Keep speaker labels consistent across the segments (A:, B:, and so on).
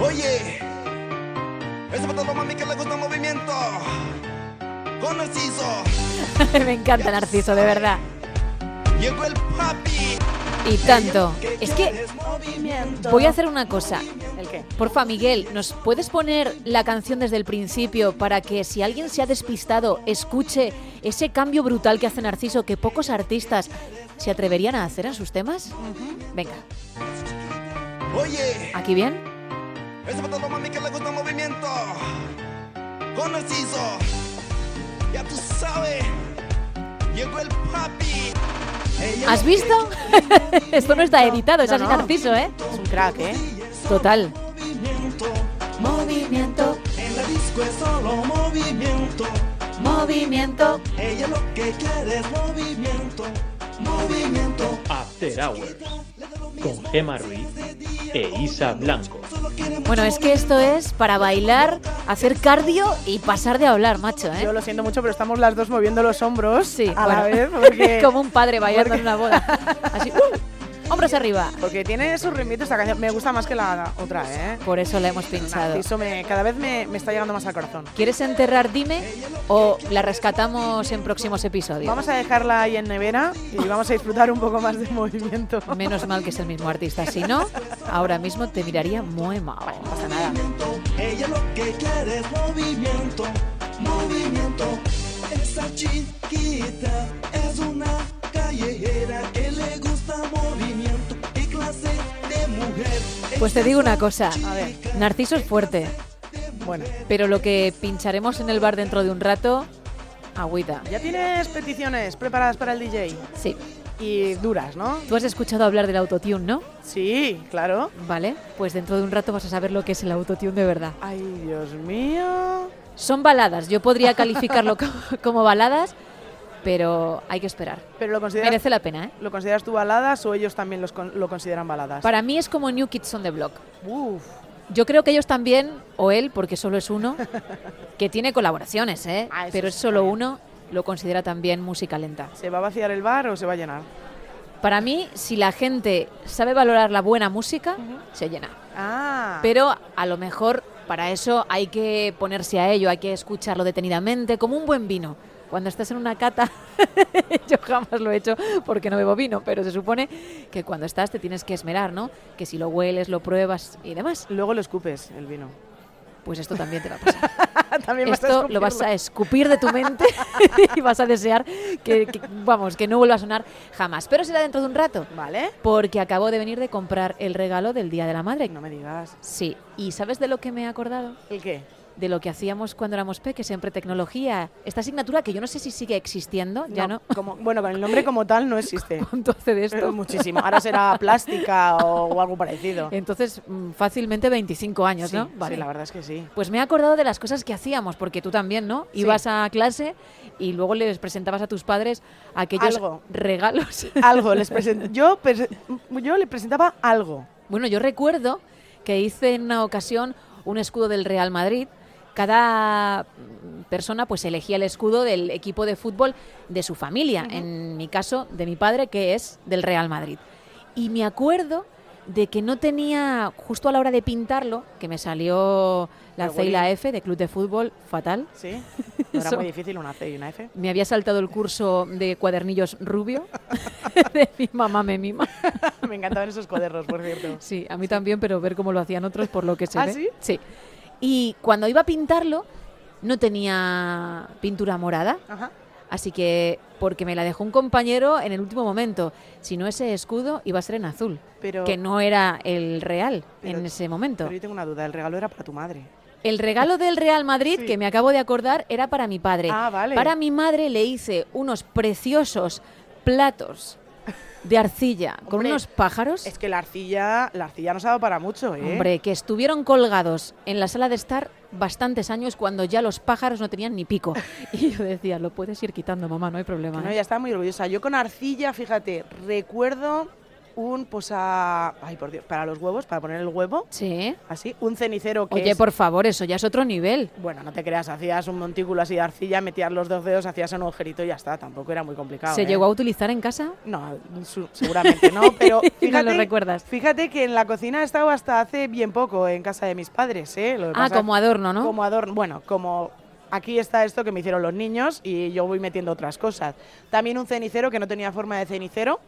A: Oye, ese pantalón mami que le gusta movimiento. Con Narciso.
B: Me encanta Narciso, de verdad.
A: Llegó el papi.
B: Y tanto. Es que
A: quieres movimiento.
B: voy a hacer una cosa.
C: ¿El qué?
B: Porfa, Miguel, ¿nos puedes poner la canción desde el principio para que si alguien se ha despistado escuche ese cambio brutal que hace Narciso que pocos artistas se atreverían a hacer en sus temas? Venga,
A: Oye,
B: ¿aquí bien?
A: ese pantalón mami que le gusta movimiento. Con Narciso. Ya tú sabes. Llegó el papi. Ella
B: ¿Has visto? Esto no está editado, es
C: No,
B: así
C: no.
B: Narciso, ¿eh?
C: Es un crack, ¿eh?
B: Total.
A: movimiento.
B: Movimiento,
A: En la disco es solo movimiento.
B: movimiento.
A: Ella lo que quiere es movimiento. Movimiento.
D: After Hours con Gemma Ruiz e Isa Blanco.
B: Bueno, es que esto es para bailar, hacer cardio y pasar de hablar, macho,
C: Yo
B: ¿eh?
C: lo siento mucho, pero estamos las dos moviendo los hombros
B: Sí,
C: a la vez.
B: bueno.
C: Porque,
B: Como un padre bailando en una boda. Así, ¡uh! hombros arriba.
C: porque tiene sus ritmitos esta canción. Me gusta más que la otra, ¿eh?
B: Por eso la hemos pinchado.
C: Narciso me, cada vez me, me está llegando más al corazón.
B: ¿Quieres enterrar Dime o la rescatamos en próximos episodios?
C: Vamos a dejarla ahí en nevera y vamos a disfrutar un poco más de movimiento.
B: Menos mal que es el mismo artista, si no, ahora mismo te miraría muy mal.
C: No pasa nada.
A: Ella lo que quiere es movimiento, movimiento. Esa chiquita es una callejera que le gusta movimiento. ¿Qué clase de mujer?
B: Pues te digo una cosa,
C: A ver,
B: Narciso es fuerte,
C: bueno.
B: pero lo que pincharemos en el bar dentro de un rato, agüita.
C: Ya tienes peticiones preparadas para el DJ.
B: Sí,
C: Y duras, ¿no?
B: tú has escuchado hablar del autotune, ¿no?
C: Sí, claro.
B: Vale, pues dentro de un rato vas a saber lo que es el autotune de verdad.
C: Ay, Dios mío.
B: Son baladas, yo podría calificarlo co- como baladas, pero hay que esperar.
C: Pero lo consideras,
B: Merece la pena, ¿eh?
C: ¿lo consideras tú baladas o ellos también los con- lo consideran baladas?
B: Para mí es como New Kids on the Block.
C: Uf,
B: Yo creo que ellos también, o él, porque solo es uno, que tiene colaboraciones, ¿eh?
C: Ah, eso
B: pero es
C: sí,
B: solo
C: vale.
B: uno, lo considera también música lenta.
C: ¿se va a vaciar el bar o se va a llenar?
B: Para mí, si la gente sabe valorar la buena música, se llena.
C: Ah,
B: Pero a lo mejor para eso hay que ponerse a ello, hay que escucharlo detenidamente, como un buen vino. Cuando estás en una cata, yo jamás lo he hecho porque no bebo vino, pero se supone que cuando estás te tienes que esmerar, ¿no? Que si lo hueles, lo pruebas y demás,
C: luego lo escupes el vino.
B: pues esto también te va a pasar.
C: Ah, también vas a
B: Esto lo vas a
C: escupirlo.
B: escupir de tu mente y vas a desear que, que, vamos, que no vuelva a sonar jamás. Pero será dentro de un rato,
C: ¿Vale?
B: porque acabo de venir de comprar el regalo del Día de la Madre.
C: No me digas.
B: Sí, ¿y sabes de lo que me he acordado?
C: ¿El qué?
B: De lo que hacíamos cuando éramos peques en pretecnología. Esta asignatura que yo no sé si sigue existiendo, ya no.
C: como- bueno, con el nombre como tal no existe.
B: ¿Cuánto hace de
C: Pero
B: esto?
C: muchísimo. Ahora será plástica o, o algo parecido.
B: Entonces, mm, fácilmente 25 años,
C: Sí,
B: ¿no?
C: sí, la verdad es que sí.
B: Pues me he acordado de las cosas que hacíamos, porque tú también, ¿no?
C: Sí.
B: Ibas a clase y luego les presentabas a tus padres aquellos
C: Algo.
B: regalos.
C: Algo, les presen- yo, pres- yo le presentaba algo.
B: Bueno, yo recuerdo que hice en una ocasión un escudo del Real Madrid. Cada mm, persona pues elegía el escudo del equipo de fútbol de su familia, en mi caso de mi padre que es del Real Madrid. Y me acuerdo de que no tenía justo a la hora de pintarlo, que me salió la
C: El
B: C y la
C: bolígrafo.
B: F de club de fútbol fatal.
C: ¿Sí? No era
B: Eso.
C: muy difícil una C y una F.
B: Me había saltado el curso de cuadernillos rubio de mi mamá me mima.
C: Me encantaban esos cuadernos, por cierto.
B: Sí, a mí también, pero ver cómo lo hacían otros por lo que se
C: ¿Ah,
B: ve.
C: sí?
B: Y cuando iba a pintarlo, no tenía pintura morada,
C: Ajá.
B: así que porque me la dejó un compañero en el último momento. Si no, ese escudo iba a ser en azul,
C: Pero,
B: que no era el real
C: Pero-
B: en ese momento.
C: pero yo tengo una duda, el regalo era para tu madre.
B: El regalo del Real Madrid,
C: Sí.
B: que me acabo de acordar, era para mi padre.
C: Ah, vale.
B: Para mi madre le hice unos preciosos platos de arcilla con
C: Hombre,
B: unos pájaros.
C: Es que la arcilla, la arcilla nos ha dado para mucho, ¿eh?
B: Hombre, que estuvieron colgados en la sala de estar bastantes años cuando ya los pájaros no tenían ni pico. Y yo decía, lo puedes ir quitando, mamá, no hay
C: Que
B: problema.
C: No,
B: ¿eh".
C: ya estaba muy orgullosa. Yo con arcilla, fíjate, recuerdo un posa... Ay, por Dios, para los huevos, para poner el huevo,
B: Sí. ¿eh?
C: así, un cenicero que
B: Oye,
C: es-
B: por favor, eso ya es otro nivel.
C: Bueno, no te creas, hacías un montículo así de arcilla, metías los dos dedos, hacías un agujerito y ya está, tampoco era muy complicado.
B: ¿Se
C: ¿eh?
B: llegó a utilizar en casa?
C: No, su- seguramente no, pero
B: No
C: fíjate,
B: lo recuerdas.
C: Fíjate que en la cocina he estado hasta hace bien poco en casa de mis padres, ¿eh? Lo que
B: Ah,
C: pasa-
B: como adorno, ¿no?
C: como adorno, bueno, como aquí está esto que me hicieron los niños y yo voy metiendo otras cosas. También un cenicero que no tenía forma de cenicero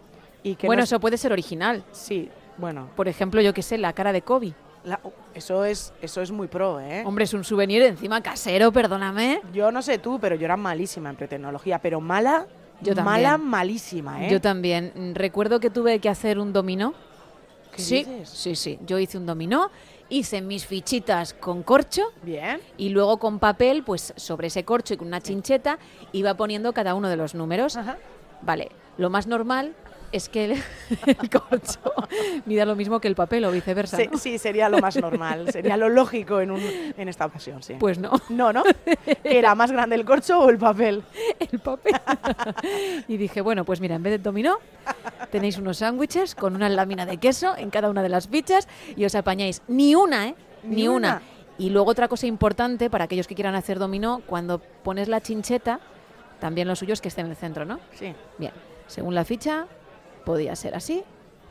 C: y que no
B: bueno,
C: es-
B: eso puede ser original.
C: sí, bueno,
B: Por ejemplo, yo qué sé, la cara de Kobe.
C: la- eso es eso es muy pro, ¿eh?
B: Hombre, es un souvenir encima casero, perdóname.
C: Yo no sé tú, pero yo era malísima en pretecnología, pero mala,
B: Yo también.
C: mala, malísima, ¿eh?
B: Yo también. Mm, Recuerdo que tuve que hacer un dominó.
C: ¿Qué
B: sí,
C: dices?
B: sí, sí. Yo hice un dominó, hice mis fichitas con corcho
C: Bien.
B: y luego con papel, pues sobre ese corcho y con una chincheta, iba poniendo cada uno de los números.
C: Ajá.
B: Vale, lo más normal es que el, el corcho mida lo mismo que el papel o viceversa.
C: Sí,
B: ¿no?
C: sí, sería lo más normal, sería lo lógico en, un, en esta ocasión, sí.
B: Pues no,
C: no, ¿no? ¿Que ¿Era más grande el corcho o el papel?
B: el papel. y dije, bueno, pues mira, en vez de dominó, tenéis unos sándwiches con una lámina de queso en cada una de las fichas y os apañáis. Ni una, ¿eh? Ni,
C: Ni
B: una.
C: una.
B: Y luego otra cosa importante para aquellos que quieran hacer dominó, cuando pones la chincheta, también lo suyo es que esté en el centro, ¿no?
C: Sí.
B: Bien, según la ficha, podía ser así,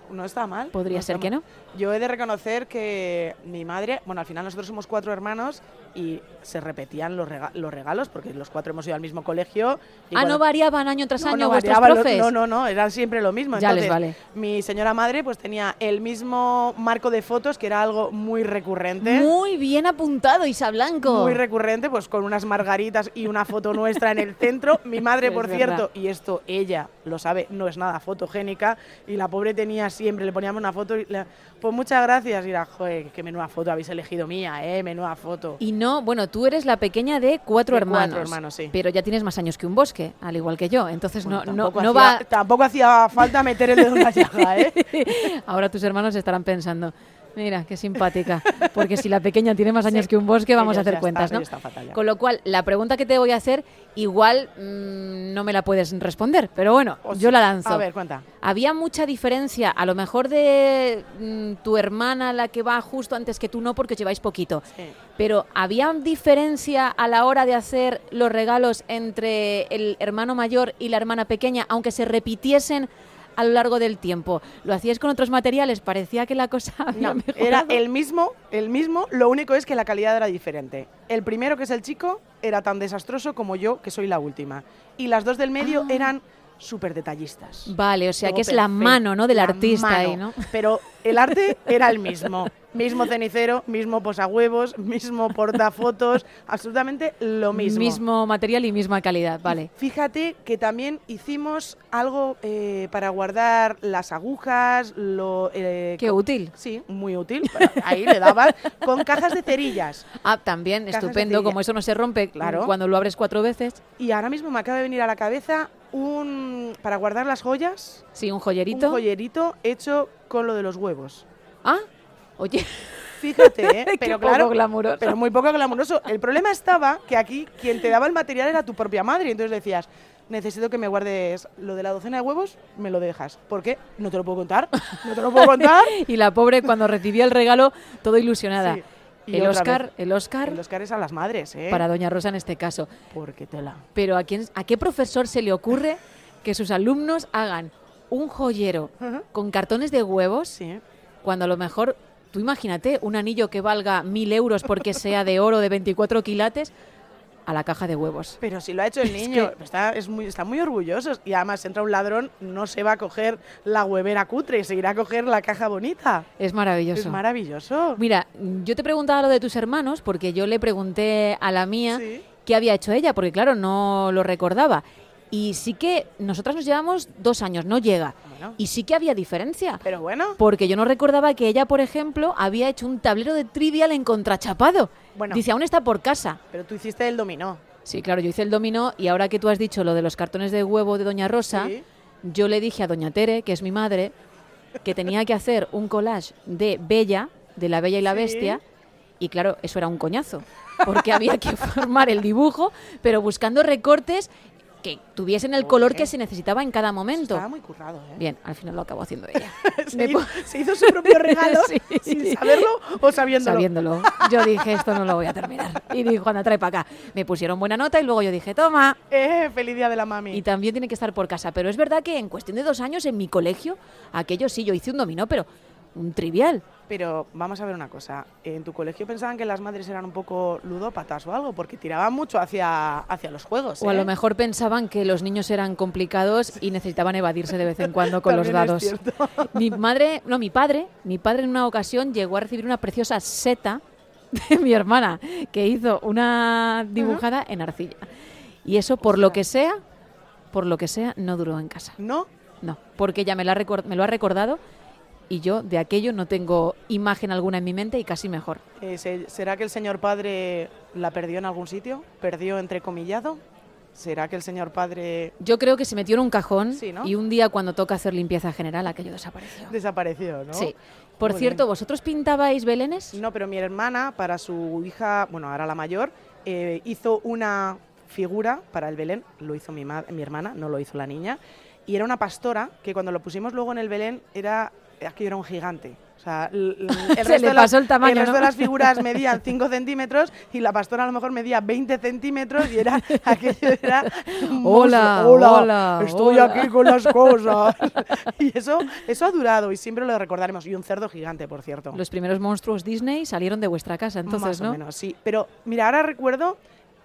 C: No está mal.
B: podría
C: está
B: ser que
C: mal.
B: no.
C: Yo he de reconocer que mi madre, bueno, al final nosotros somos cuatro hermanos y se repetían los, rega- los regalos porque los cuatro hemos ido al mismo colegio. y
B: Ah,
C: cuando-
B: no variaban año tras
C: No,
B: año
C: no
B: vuestros
C: variaba lo-
B: profes.
C: no, no, no, eran siempre lo mismo.
B: Ya les vale.
C: Entonces, Mi señora madre pues tenía el mismo marco de fotos que era algo muy recurrente.
B: Muy bien apuntado, Isa Blanco.
C: ¿eh? muy recurrente, pues con unas margaritas y una foto nuestra en el centro. Mi madre,
B: Es
C: por
B: verdad.
C: cierto, y esto ella lo sabe, no es nada fotogénica, y la pobre tenía siempre, le poníamos una foto y la- pues muchas gracias, y era, joder, qué menuda foto habéis elegido mía, eh, menuda foto.
B: y no, bueno, tú eres la pequeña de cuatro
C: De
B: hermanos.
C: cuatro hermanos, sí.
B: Pero ya tienes más años que un bosque, al igual que yo. Entonces
C: Bueno,
B: no, no,
C: tampoco
B: no
C: hacía-
B: va.
C: Tampoco hacía falta meter el dedo en la llaga, ¿eh?
B: Ahora tus hermanos estarán pensando. Mira, qué simpática. Porque si la pequeña tiene más años que un bosque, vamos a
C: Ellos ya
B: hacer
C: están,
B: cuentas, ¿no?
C: ellos están fatal ya.
B: Con lo cual, la pregunta que te voy a hacer, igual mm, no me la puedes responder, pero bueno,
C: O
B: yo
C: sí.
B: la lanzo.
C: A ver, cuenta.
B: ¿Había mucha diferencia, a lo mejor de mm, tu hermana, la que va justo antes que tú, no porque os lleváis poquito?
C: Sí.
B: Pero ¿había diferencia a la hora de hacer los regalos entre el hermano mayor y la hermana pequeña, aunque se repitiesen a lo largo del tiempo? ¿Lo hacíais con otros materiales? Parecía que la cosa había
C: No,
B: mejorado.
C: era el mismo, el mismo, lo único es que la calidad era diferente. El primero, que es el chico, era tan desastroso como yo, que soy la última. Y las dos del medio eran súper detallistas.
B: Vale, Ah. o sea
C: Todo
B: que es la
C: perfecto,
B: mano, ¿no? Del
C: la
B: artista
C: mano.
B: ahí, ¿no?
C: Pero el arte era el mismo. Mismo cenicero, mismo posahuevos, mismo portafotos, absolutamente lo mismo.
B: Mismo material y misma calidad, vale.
C: Fíjate que también hicimos algo eh, para guardar las agujas, lo... eh,
B: Qué
C: co-
B: útil.
C: Sí, muy útil. Ahí le dabas con cajas de cerillas.
B: Ah, también,
C: Cajas de
B: estupendo,
C: cerilla.
B: como eso no se rompe
C: Claro.
B: cuando lo abres cuatro veces.
C: Y ahora mismo me acaba de venir a la cabeza un. para guardar las joyas.
B: Sí, un joyerito.
C: Un joyerito hecho con lo de los huevos.
B: Ah, oye,
C: Fíjate, ¿eh?
B: Qué
C: pero
B: poco
C: claro.
B: glamuroso.
C: Pero muy poco glamuroso. El problema estaba que aquí quien te daba el material era tu propia madre. Entonces decías. Necesito que me guardes lo de la docena de huevos, me lo dejas. ¿Por qué? No te lo puedo contar. No te lo puedo contar.
B: y la pobre cuando recibía el regalo, todo ilusionada.
C: Sí. Y
B: El
C: otra
B: Oscar,
C: vez.
B: el Oscar,
C: Los cares a las madres, ¿eh?
B: para Doña Rosa en este caso.
C: Porque tela.
B: Pero ¿a, quién, ¿a qué profesor se le ocurre que sus alumnos hagan un joyero
C: Ajá.
B: con cartones de huevos
C: Sí. ¿eh?
B: cuando a lo mejor, tú imagínate, un anillo que valga mil euros porque sea de oro de 24 quilates a la caja de huevos?
C: Pero si lo ha hecho el niño, está, es muy, está muy orgulloso. Y además, si entra un ladrón, no se va a coger la huevera cutre, se irá a coger la caja bonita.
B: Es maravilloso.
C: Es maravilloso.
B: Mira, yo te preguntaba lo de tus hermanos porque yo le pregunté a la mía
C: Sí.
B: qué había hecho ella, porque claro, no lo recordaba. Y sí que nosotras nos llevamos dos años, no llega.
C: Bueno.
B: Y sí que había diferencia.
C: Pero bueno,
B: Porque yo no recordaba que ella, por ejemplo, había hecho un tablero de trivial en contrachapado.
C: Bueno.
B: Dice, aún está por casa.
C: pero tú hiciste el dominó.
B: Sí, claro, yo hice el dominó y ahora que tú has dicho lo de los cartones de huevo de Doña Rosa,
C: Sí.
B: yo le dije a Doña Tere, que es mi madre, que tenía que hacer un collage de Bella, de la Bella y la
C: Sí.
B: Bestia, y claro, eso era un coñazo, porque había que formar el dibujo, pero buscando recortes que tuviesen el color que se necesitaba en cada momento.
C: Estaba muy currado, ¿eh?
B: Bien, al final lo acabó haciendo ella.
C: se,
B: Me
C: hizo,
B: pu-
C: se hizo su propio regalo
B: Sí.
C: sin saberlo o sabiéndolo.
B: sabiéndolo. Yo dije, esto no lo voy a terminar. Y dijo, anda, trae para acá. Me pusieron buena nota y luego yo dije, toma.
C: Eh, feliz día de la mami.
B: Y también tiene que estar por casa. Pero es verdad que en cuestión de dos años en mi colegio, aquello sí, yo hice un dominó, pero un trivial.
C: Pero vamos a ver una cosa. En tu colegio pensaban que las madres eran un poco ludópatas o algo, porque tiraban mucho hacia, hacia los juegos.
B: O a
C: ¿eh?
B: lo mejor pensaban que los niños eran complicados y necesitaban evadirse de vez en cuando con los
C: También
B: dados.
C: es cierto.
B: Mi madre, no, mi padre, mi padre en una ocasión llegó a recibir una preciosa seta de mi hermana que hizo una dibujada en arcilla. Y eso, por lo que sea, por lo que sea, no duró en casa.
C: ¿No?
B: No, porque ella me lo, ha recor- me lo ha recordado y yo de aquello no tengo imagen alguna en mi mente y casi mejor.
C: Eh, se- ¿Será que el señor padre la perdió en algún sitio? ¿Perdió entrecomillado? ¿Será que el señor padre
B: Yo creo que se metió en un cajón
C: Sí, ¿no?
B: y un día cuando toca hacer limpieza general aquello desapareció.
C: desapareció, no?
B: Sí. Por
C: Muy
B: cierto,
C: bien.
B: ¿vosotros pintabais belenes?
C: pues, No, pero mi hermana, para su hija, bueno, ahora la mayor, eh, hizo una figura para el Belén, lo hizo mi, ma- mi hermana, no lo hizo la niña, y era una pastora que cuando lo pusimos luego en el Belén era, aquello era un gigante. O sea, l- l- el,
B: Se
C: resto
B: le
C: de las-
B: pasó el tamaño,
C: resto
B: ¿no?
C: de las figuras medían 5 centímetros y la pastora a lo mejor medía 20 centímetros y era aquello era un
B: Hola,
C: monstruo. hola,
B: hola,
C: estoy
B: hola".
C: aquí con las cosas. y eso, eso ha durado y siempre lo recordaremos. Y un cerdo gigante, por cierto.
B: Los primeros monstruos Disney salieron de vuestra casa, entonces,
C: Más
B: ¿no?
C: o menos, sí. Pero mira, ahora recuerdo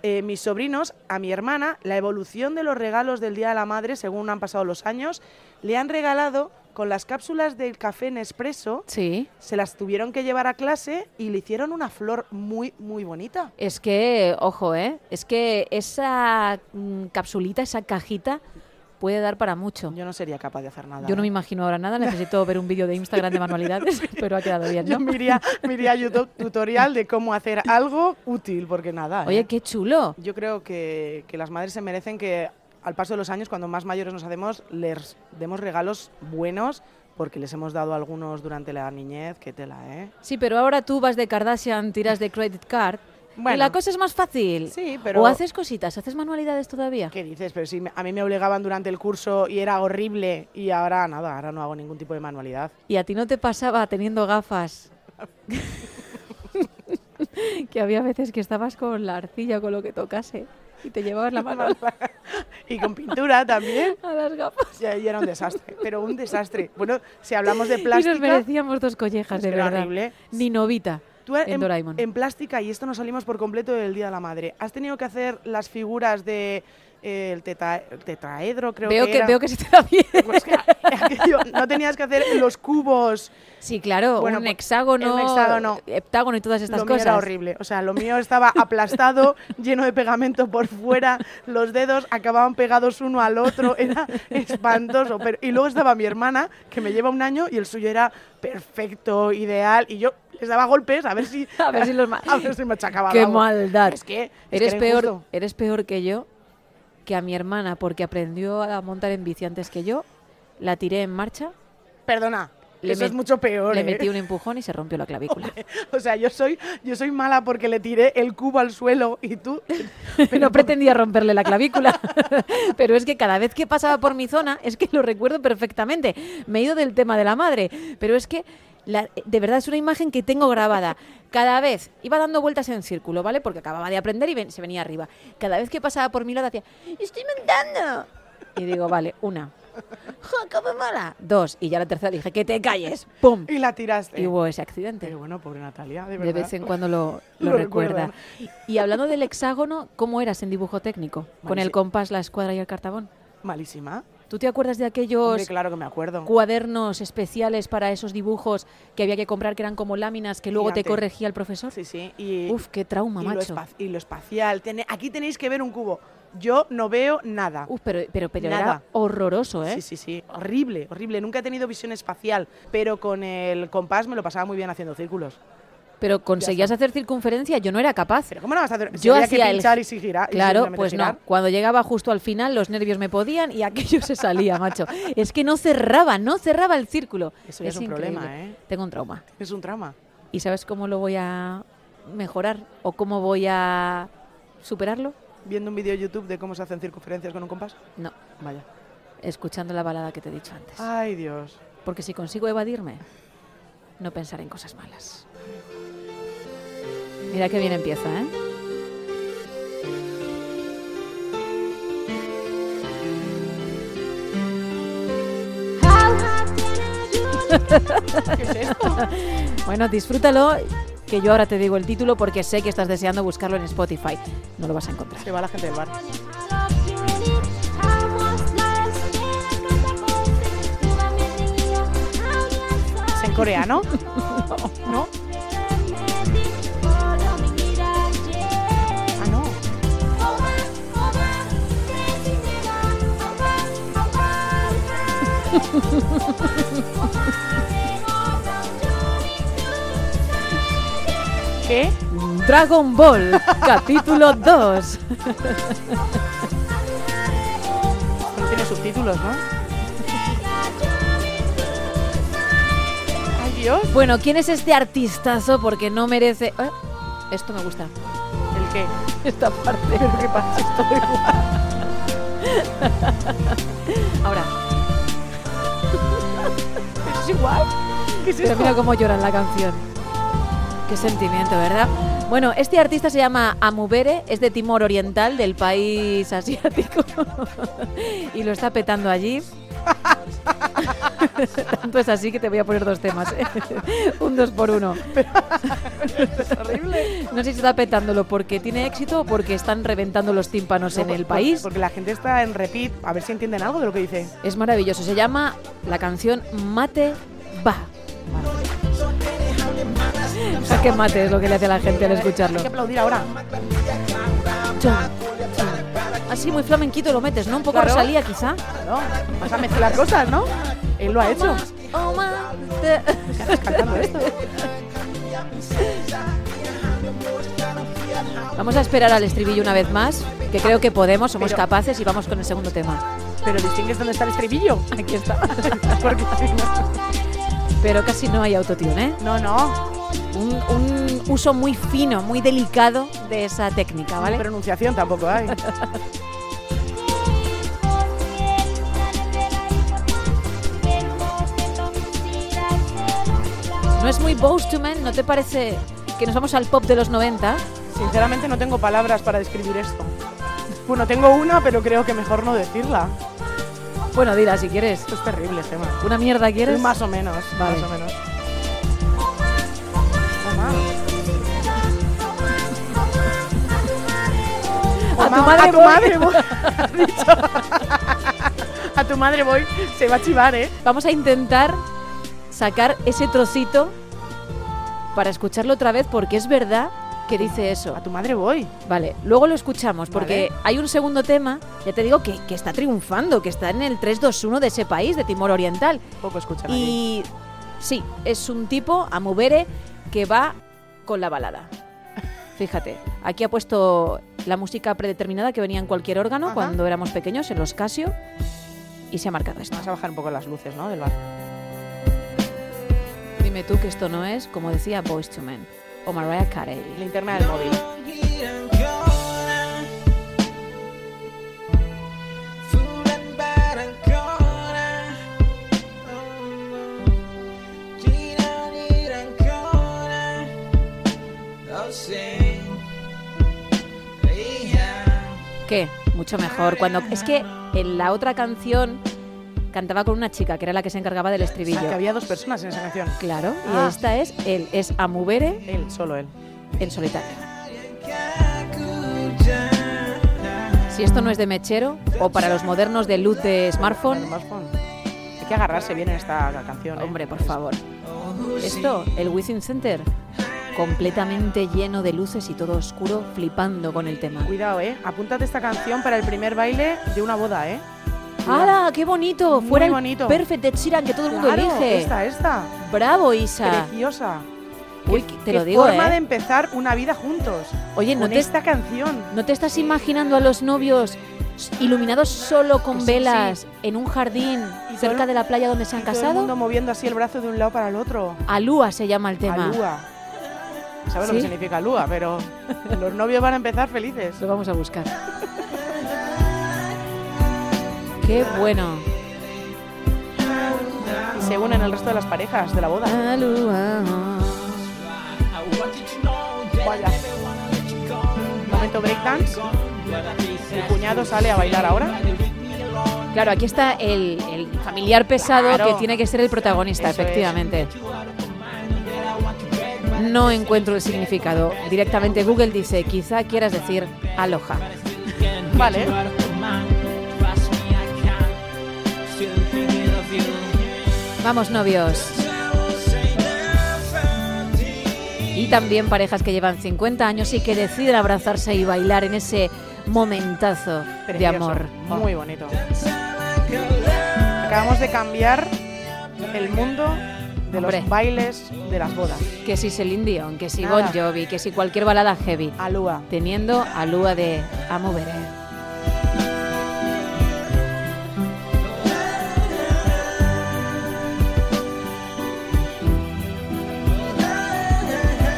C: eh, mis sobrinos, a mi hermana, la evolución de los regalos del Día de la Madre, según han pasado los años, le han regalado con las cápsulas del café Nespresso,
B: Sí.
C: se las tuvieron que llevar a clase y le hicieron una flor muy, muy bonita.
B: Es que, ojo, ¿eh? Es que esa mm, capsulita, esa cajita, puede dar para mucho.
C: Yo no sería capaz de hacer nada.
B: Yo no
C: ¿eh?
B: me imagino ahora nada, necesito ver un vídeo de Instagram de manualidades, pero ha quedado bien,
C: Yo
B: ¿no?
C: me iría, me iría a YouTube tutorial de cómo hacer algo útil, porque nada. ¿eh?
B: Oye, qué chulo.
C: Yo creo que, que las madres se merecen que al paso de los años, cuando más mayores nos hacemos, les demos regalos buenos, porque les hemos dado algunos durante la niñez, que tela, ¿eh?
B: Sí, pero ahora tú vas de Kardashian, tiras de credit card.
C: Bueno.
B: y la cosa es más fácil.
C: Sí, pero-
B: O haces cositas, haces manualidades todavía.
C: ¿Qué dices? Pero si me- a mí me obligaban durante el curso y era horrible y ahora nada, ahora no hago ningún tipo de manualidad.
B: ¿Y a ti no te pasaba teniendo gafas? que había veces que estabas con la arcilla, con lo que tocase, y te llevabas la mano
C: y con pintura también.
B: a las gafas.
C: Ya, ya era un desastre, pero un desastre. Bueno, si hablamos de
B: Y nos
C: plástica,
B: merecíamos dos collejas,
C: Es
B: de
C: que era
B: verdad.
C: horrible.
B: Ni novita
C: Tú
B: en,
C: en,
B: Doraemon.
C: en plástica, y esto nos salimos por completo del Día de la Madre, ¿has tenido que hacer las figuras de eh, el teta- el tetraedro, creo
B: veo,
C: que,
B: que,
C: era?
B: veo que se te da bien.
C: Pues que aquello, no tenías que hacer los cubos.
B: Sí, claro,
C: Bueno,
B: un
C: pues,
B: hexágono,
C: un hexágono.
B: heptágono y todas estas
C: lo mío
B: cosas.
C: era horrible. O sea, lo mío estaba aplastado, lleno de pegamento por fuera, los dedos acababan pegados uno al otro, era espantoso. Pero, y luego estaba mi hermana, que me lleva un año, y el suyo era perfecto, ideal, y yo les daba golpes a ver si,
B: A ver si los ma-
C: a ver si me achacaba
B: Qué
C: algo.
B: maldad.
C: Es que es que
B: Ah, Eres
C: era
B: peor,
C: injusto.
B: eres peor que yo, que a mi hermana, porque aprendió a montar en bici antes que yo, la tiré en marcha,
C: Perdona.
B: Le
C: eso es
B: met-
C: mucho peor.
B: le
C: ¿eh?
B: metí un empujón y se rompió la clavícula.
C: O sea, yo soy, yo soy mala porque le tiré el cubo al suelo y tú.
B: no pretendía romperle la clavícula, pero es que cada vez que pasaba por mi zona, es que lo recuerdo perfectamente. Me he ido del tema de la madre, pero es que la- de verdad es una imagen que tengo grabada. Cada vez iba dando vueltas en círculo, ¿vale? Porque acababa de aprender y ven- se venía arriba. Cada vez que pasaba por mi lado hacía, estoy montando. Y digo, vale, una. ¡Jo, cómo mola! Dos. Y ya la tercera dije, que te calles. ¡Pum!
C: Y la tiraste.
B: Y hubo ese accidente.
C: Pero bueno, pobre Natalia, de
B: De
C: verdad.
B: vez en cuando lo,
C: Lo
B: lo recuerda.
C: recuerdan.
B: Y hablando del hexágono, ¿cómo eras en dibujo técnico? Con
C: Bueno,
B: el
C: sí.
B: compás, la escuadra y el cartabón.
C: Malísima.
B: ¿Tú te acuerdas de
C: Hombre,
B: aquellos
C: claro que me acuerdo.
B: cuadernos especiales para esos dibujos que había que comprar, que eran como láminas que luego
C: Gigante.
B: te corregía el profesor?
C: Sí, sí. Y,
B: Uf, qué trauma,
C: y lo,
B: macho.
C: espa- y lo espacial. Tiene- aquí tenéis que ver un cubo. Yo no veo nada.
B: Uf, pero, pero, pero
C: Nada.
B: era horroroso, ¿eh?
C: Sí, sí, sí. Horrible, horrible. Nunca he tenido visión espacial, pero con el compás me lo pasaba muy bien haciendo círculos.
B: Pero conseguías hacer circunferencia, yo no era capaz.
C: Pero ¿cómo no vas a hacer? Si
B: Yo
C: había que
B: hacía el-
C: pinchar y si girar.
B: Claro, pues no. Cuando llegaba justo al final, los nervios me podían y aquello se salía, macho. Es que no cerraba, no cerraba el círculo.
C: Eso ya es un problema, ¿eh?
B: Tengo un trauma.
C: Es un trama.
B: ¿Y sabes cómo lo voy a mejorar o cómo voy a superarlo?
C: viendo un vídeo de YouTube de cómo se hacen circunferencias con un compás?
B: No,
C: Vaya.
B: escuchando la balada que te he dicho antes.
C: Ay, Dios.
B: Porque si consigo evadirme, no pensaré en cosas malas. Mira que bien empieza, ¿eh?
C: ¿Qué es esto?
B: Bueno, disfrútalo, que yo ahora te digo el título porque sé que estás deseando buscarlo en Spotify. No lo vas a encontrar.
C: Se va la gente del bar. ¿Es en coreano? ¿No? Ah, no. ¿Qué?
B: Dragon Ball, capítulo 2.
C: No tiene subtítulos, ¿no? Ay, Dios.
B: Bueno, ¿quién es este artistazo? Porque no merece... Eh, Esto me gusta.
C: ¿El qué?
B: Esta parte.
C: ¿Pero qué pasa? Esto da igual.
B: Ahora,
C: ¿Pero es igual? ¿Qué es
B: pero mira
C: esto?
B: cómo lloran la canción. Qué sentimiento, ¿verdad? Bueno, este artista se llama Amubere, es de Timor Oriental, del país asiático, y lo está petando allí. Tanto es así que te voy a poner dos temas, ¿eh? un dos por uno.
C: Es horrible.
B: No sé si está petándolo porque tiene éxito o porque están reventando los tímpanos en
C: No,
B: el
C: por-
B: país.
C: Porque la gente está en repeat. A ver si entienden algo de lo que dice.
B: Es maravilloso. Se llama la canción Mate Va. O sea, que mate es lo que le hace a la gente al escucharlo.
C: Hay que aplaudir ahora.
B: Así muy flamenquito lo metes, ¿no? Un poco
C: Claro.
B: Rosalía quizá.
C: No, vas a mezclar cosas, ¿no? Él lo ha hecho.
B: Oh, ma- te-
C: Estás cantando esto.
B: Vamos a esperar al estribillo una vez más, que creo que podemos, somos
C: Pero-
B: capaces y vamos con el segundo tema.
C: Pero distingues dónde está el estribillo.
B: Aquí está.
C: Porque si no-
B: Pero casi no hay autotune, ¿eh?
C: No, no.
B: Un, un uso muy fino, muy delicado de esa técnica,
C: ni
B: ¿vale?
C: Pronunciación tampoco hay.
B: No es muy Boys to Men, ¿no te parece que nos vamos al pop de los 90?
C: Sinceramente no tengo palabras para describir esto. Bueno, tengo una, pero creo que mejor no decirla.
B: Bueno, dila si quieres.
C: Esto es terrible, tema.
B: ¿Una mierda quieres?
C: Más o menos,
B: Vale.
C: más o menos. Mamá.
B: a tu
C: Mamá,
B: madre, pues.
C: a tu
B: voy.
C: madre voy. Has dicho. a tu madre voy. Se va a chivar, ¿eh?
B: Vamos a intentar sacar ese trocito para escucharlo otra vez porque es verdad que dice eso.
C: A tu madre voy.
B: Vale, luego lo escuchamos porque
C: Vale.
B: hay un segundo tema, ya te digo, que, que está triunfando, que está en el 3-2-1 de ese país, de Timor Oriental.
C: Poco escuchan
B: Y
C: aquí.
B: sí, es un tipo, Amubere, que va con la balada. Fíjate, aquí ha puesto la música predeterminada que venía en cualquier órgano
C: Ajá.
B: cuando éramos pequeños, en los Casio, y se ha marcado esto.
C: Vamos a bajar un poco las luces, ¿no? Del bar.
B: Dime tú que esto no es, como decía Boys to Men o Mariah Carey.
C: Linterna del móvil.
B: ¿Qué? Mucho mejor. Cuando es que en la otra canción cantaba con una chica que era la que se encargaba del
C: Ah, que
B: estribillo.
C: había dos personas en esa canción.
B: Claro, y
C: Ah.
B: esta es él, es Amubere
C: Él, solo él.
B: en solitario. Si esto no es de mechero o para los modernos de luz de
C: El
B: smartphone,
C: smartphone. Hay que agarrarse bien en esta canción. ¿eh?
B: hombre, por favor. Esto, el Within Center, completamente lleno de luces y todo oscuro, flipando con el tema.
C: Cuidado, ¿eh? Apúntate esta canción para el primer baile de una boda, ¿eh?
B: ¡Hala! ¡Qué bonito!
C: Muy
B: Fuera el
C: bonito.
B: perfect de Sheeran que todo el mundo
C: Claro,
B: elige.
C: Esta, esta.
B: ¡Bravo, Isa!
C: Preciosa.
B: Uy,
C: Qué-
B: te
C: qué
B: lo digo,
C: forma
B: ¿eh?
C: de empezar una vida juntos.
B: Oye, ¿no
C: con
B: te,
C: esta canción.
B: ¿no te estás imaginando a los novios iluminados solo con
C: Pues Sí, sí.
B: velas en un jardín
C: Y todo
B: cerca
C: el-
B: de la playa donde se han
C: Y Todo el mundo
B: casado?
C: moviendo así el brazo de un lado para el otro.
B: Alúa se llama el tema.
C: Alúa. ¿Sabes lo
B: ¿Sí?
C: que significa lúa? Pero los novios van a empezar felices.
B: Lo vamos a buscar. Qué bueno.
C: Y se unen el resto de las parejas de la boda. Vaya. Momento breakdance. Mi cuñado sale a bailar ahora.
B: Claro, aquí está el, el familiar pesado
C: Claro.
B: que tiene que ser el protagonista,
C: Eso es.
B: efectivamente. No encuentro el significado. Directamente Google dice, quizá quieras decir aloja.
C: Vale.
B: Vamos, novios. Y también parejas que llevan 50 años y que deciden abrazarse y bailar en ese momentazo de
C: Precioso.
B: amor.
C: Muy bonito. Acabamos de cambiar el mundo de los
B: Hombre.
C: bailes de las bodas.
B: Oh, Que si Celine Dion, que si
C: Nada.
B: Bon Jovi, que si cualquier balada heavy.
C: Alúa.
B: Teniendo a Lua de Amo Veré.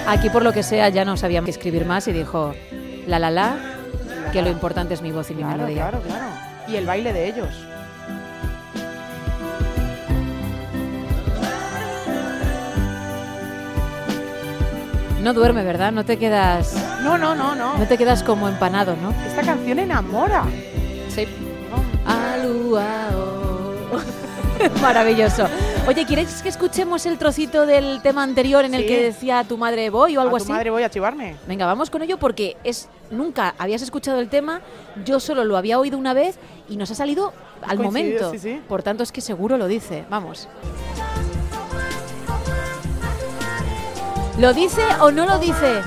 B: Aquí por lo que sea ya no sabíamos que escribir más y dijo la la la que lo importante es mi voz y mi
C: Claro,
B: melodía.
C: claro, claro. Y el baile de ellos.
B: No duerme, ¿verdad? No te quedas
C: No, no, no, no.
B: no te quedas como empanado, ¿no?
C: Esta canción enamora.
B: Sí. Maravilloso. Oye, ¿quieres que escuchemos el trocito del tema anterior en el
C: Sí.
B: que decía tu madre voy o algo
C: a tu
B: así?
C: madre voy a chivarme.
B: Venga, vamos con ello porque es nunca habías escuchado el tema, yo solo lo había oído una vez y nos ha salido al
C: Coincidido,
B: momento.
C: sí, sí.
B: Por tanto, es que seguro lo dice. Vamos. ¿Lo dice o no lo dice?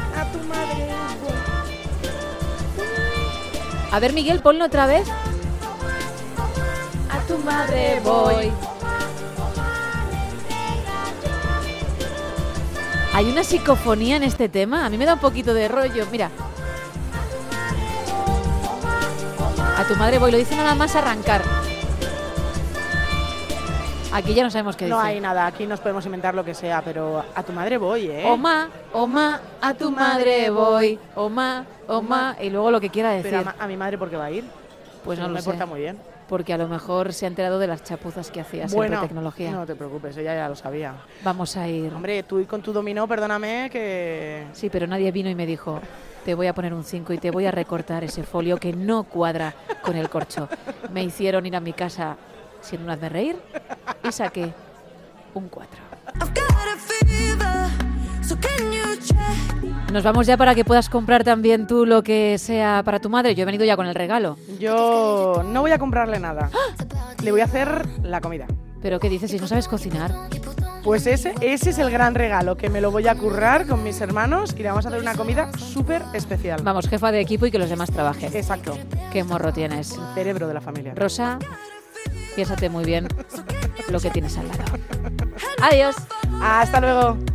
B: A ver, Miguel, ponlo otra vez. A tu madre voy. Hay una psicofonía en este tema. A mí me da un poquito de rollo. Mira. A tu madre voy. Lo dice nada más arrancar. Aquí ya no sabemos qué
C: No
B: dice.
C: hay nada, aquí nos podemos inventar lo que sea, pero a tu madre voy, ¿eh?
B: Oma, Oma, a tu madre voy. Oma, Oma. Y luego lo que quiera decir.
C: Pero a, ma- a mi madre, ¿por qué va a ir?
B: pues no
C: me
B: lo sé.
C: porta muy bien.
B: Porque a lo mejor se ha enterado de las chapuzas que hacía siempre tecnología.
C: no te preocupes, ella ya lo sabía.
B: Vamos a ir.
C: Hombre, tú y con tu dominó, perdóname, que...
B: Sí, pero nadie vino y me dijo, te voy a poner un 5 y te voy a recortar ese folio que no cuadra con el corcho. Me hicieron ir a mi casa sin un hazme reír y saqué un 4.
E: I've got a fever, so can you check?
B: Nos vamos ya para que puedas comprar también tú lo que sea para tu madre. Yo he venido ya con el regalo.
C: Yo no voy a comprarle nada. Le voy a hacer la comida.
B: Pero ¿qué dices si no sabes cocinar?
C: Pues ese, ese es el gran regalo, que me lo voy a currar con mis hermanos y le vamos a hacer una comida súper especial.
B: Vamos, jefa de equipo y que los demás trabajen.
C: Exacto,
B: Qué morro tienes.
C: cerebro de la familia.
B: Rosa, piénsate muy bien lo que tienes al lado. Adiós.
C: Hasta luego.